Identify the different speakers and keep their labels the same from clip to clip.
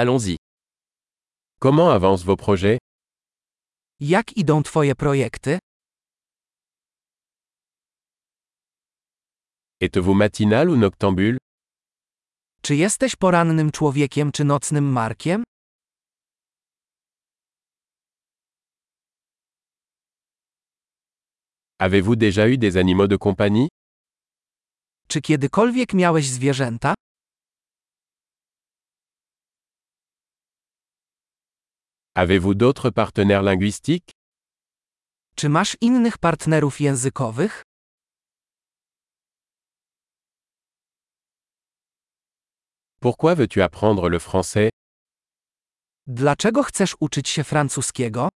Speaker 1: Allons-y.
Speaker 2: Comment avancent vos projets
Speaker 3: Jak idą Twoje projekty?
Speaker 2: Êtes-vous matinal ou noctambule
Speaker 3: Czy jesteś porannym człowiekiem czy nocnym markiem?
Speaker 2: Avez-vous déjà eu des animaux de compagnie
Speaker 3: Czy kiedykolwiek miałeś zwierzęta?
Speaker 2: Avez-vous d'autres partenaires linguistiques
Speaker 3: Czy masz innych partnerów językowych?
Speaker 2: Pourquoi veux-tu apprendre le français
Speaker 3: Dlaczego chcesz uczyć się francuskiego?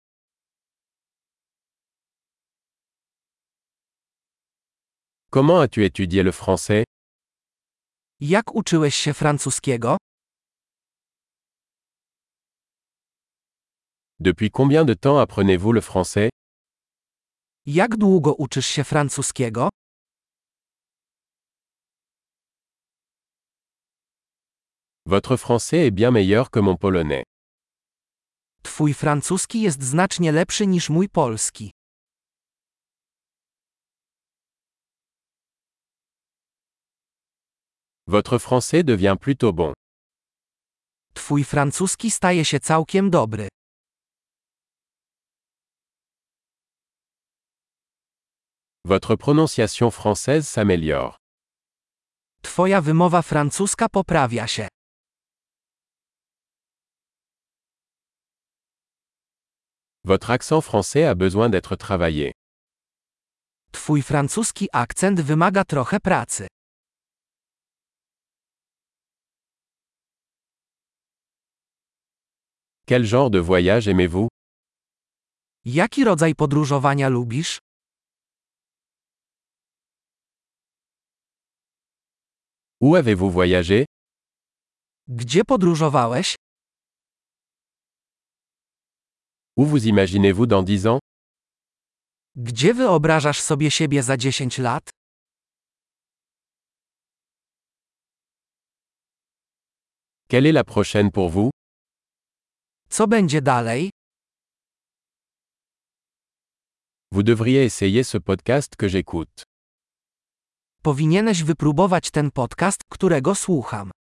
Speaker 2: Comment as-tu étudié le français
Speaker 3: Jak uczyłeś się francuskiego?
Speaker 2: Depuis combien de temps apprenez-vous le français
Speaker 3: Jak długo uczysz się francuskiego?
Speaker 2: Votre français est bien meilleur que mon polonais.
Speaker 3: Twój francuski jest znacznie lepszy niż mój polski.
Speaker 2: Votre français devient plutôt bon.
Speaker 3: Twój francuski staje się całkiem dobry.
Speaker 2: Votre prononciation française s'améliore.
Speaker 3: Twoja wymowa francuska poprawia się.
Speaker 2: Votre accent français a besoin d'être travaillé.
Speaker 3: Twój francuski akcent wymaga trochę pracy.
Speaker 2: Quel genre de voyage aimez-vous
Speaker 3: Jaki rodzaj podróżowania lubisz?
Speaker 2: Où avez-vous voyagé
Speaker 3: Gdzie podróżowałeś?
Speaker 2: Où vous imaginez-vous dans 10 ans
Speaker 3: Gdzie wyobrażasz sobie siebie za 10 lat?
Speaker 2: Quelle est la prochaine pour vous
Speaker 3: Co będzie dalej?
Speaker 2: Vous devriez essayer ce podcast que j'écoute.
Speaker 3: Powinieneś wypróbować ten podcast, którego słucham.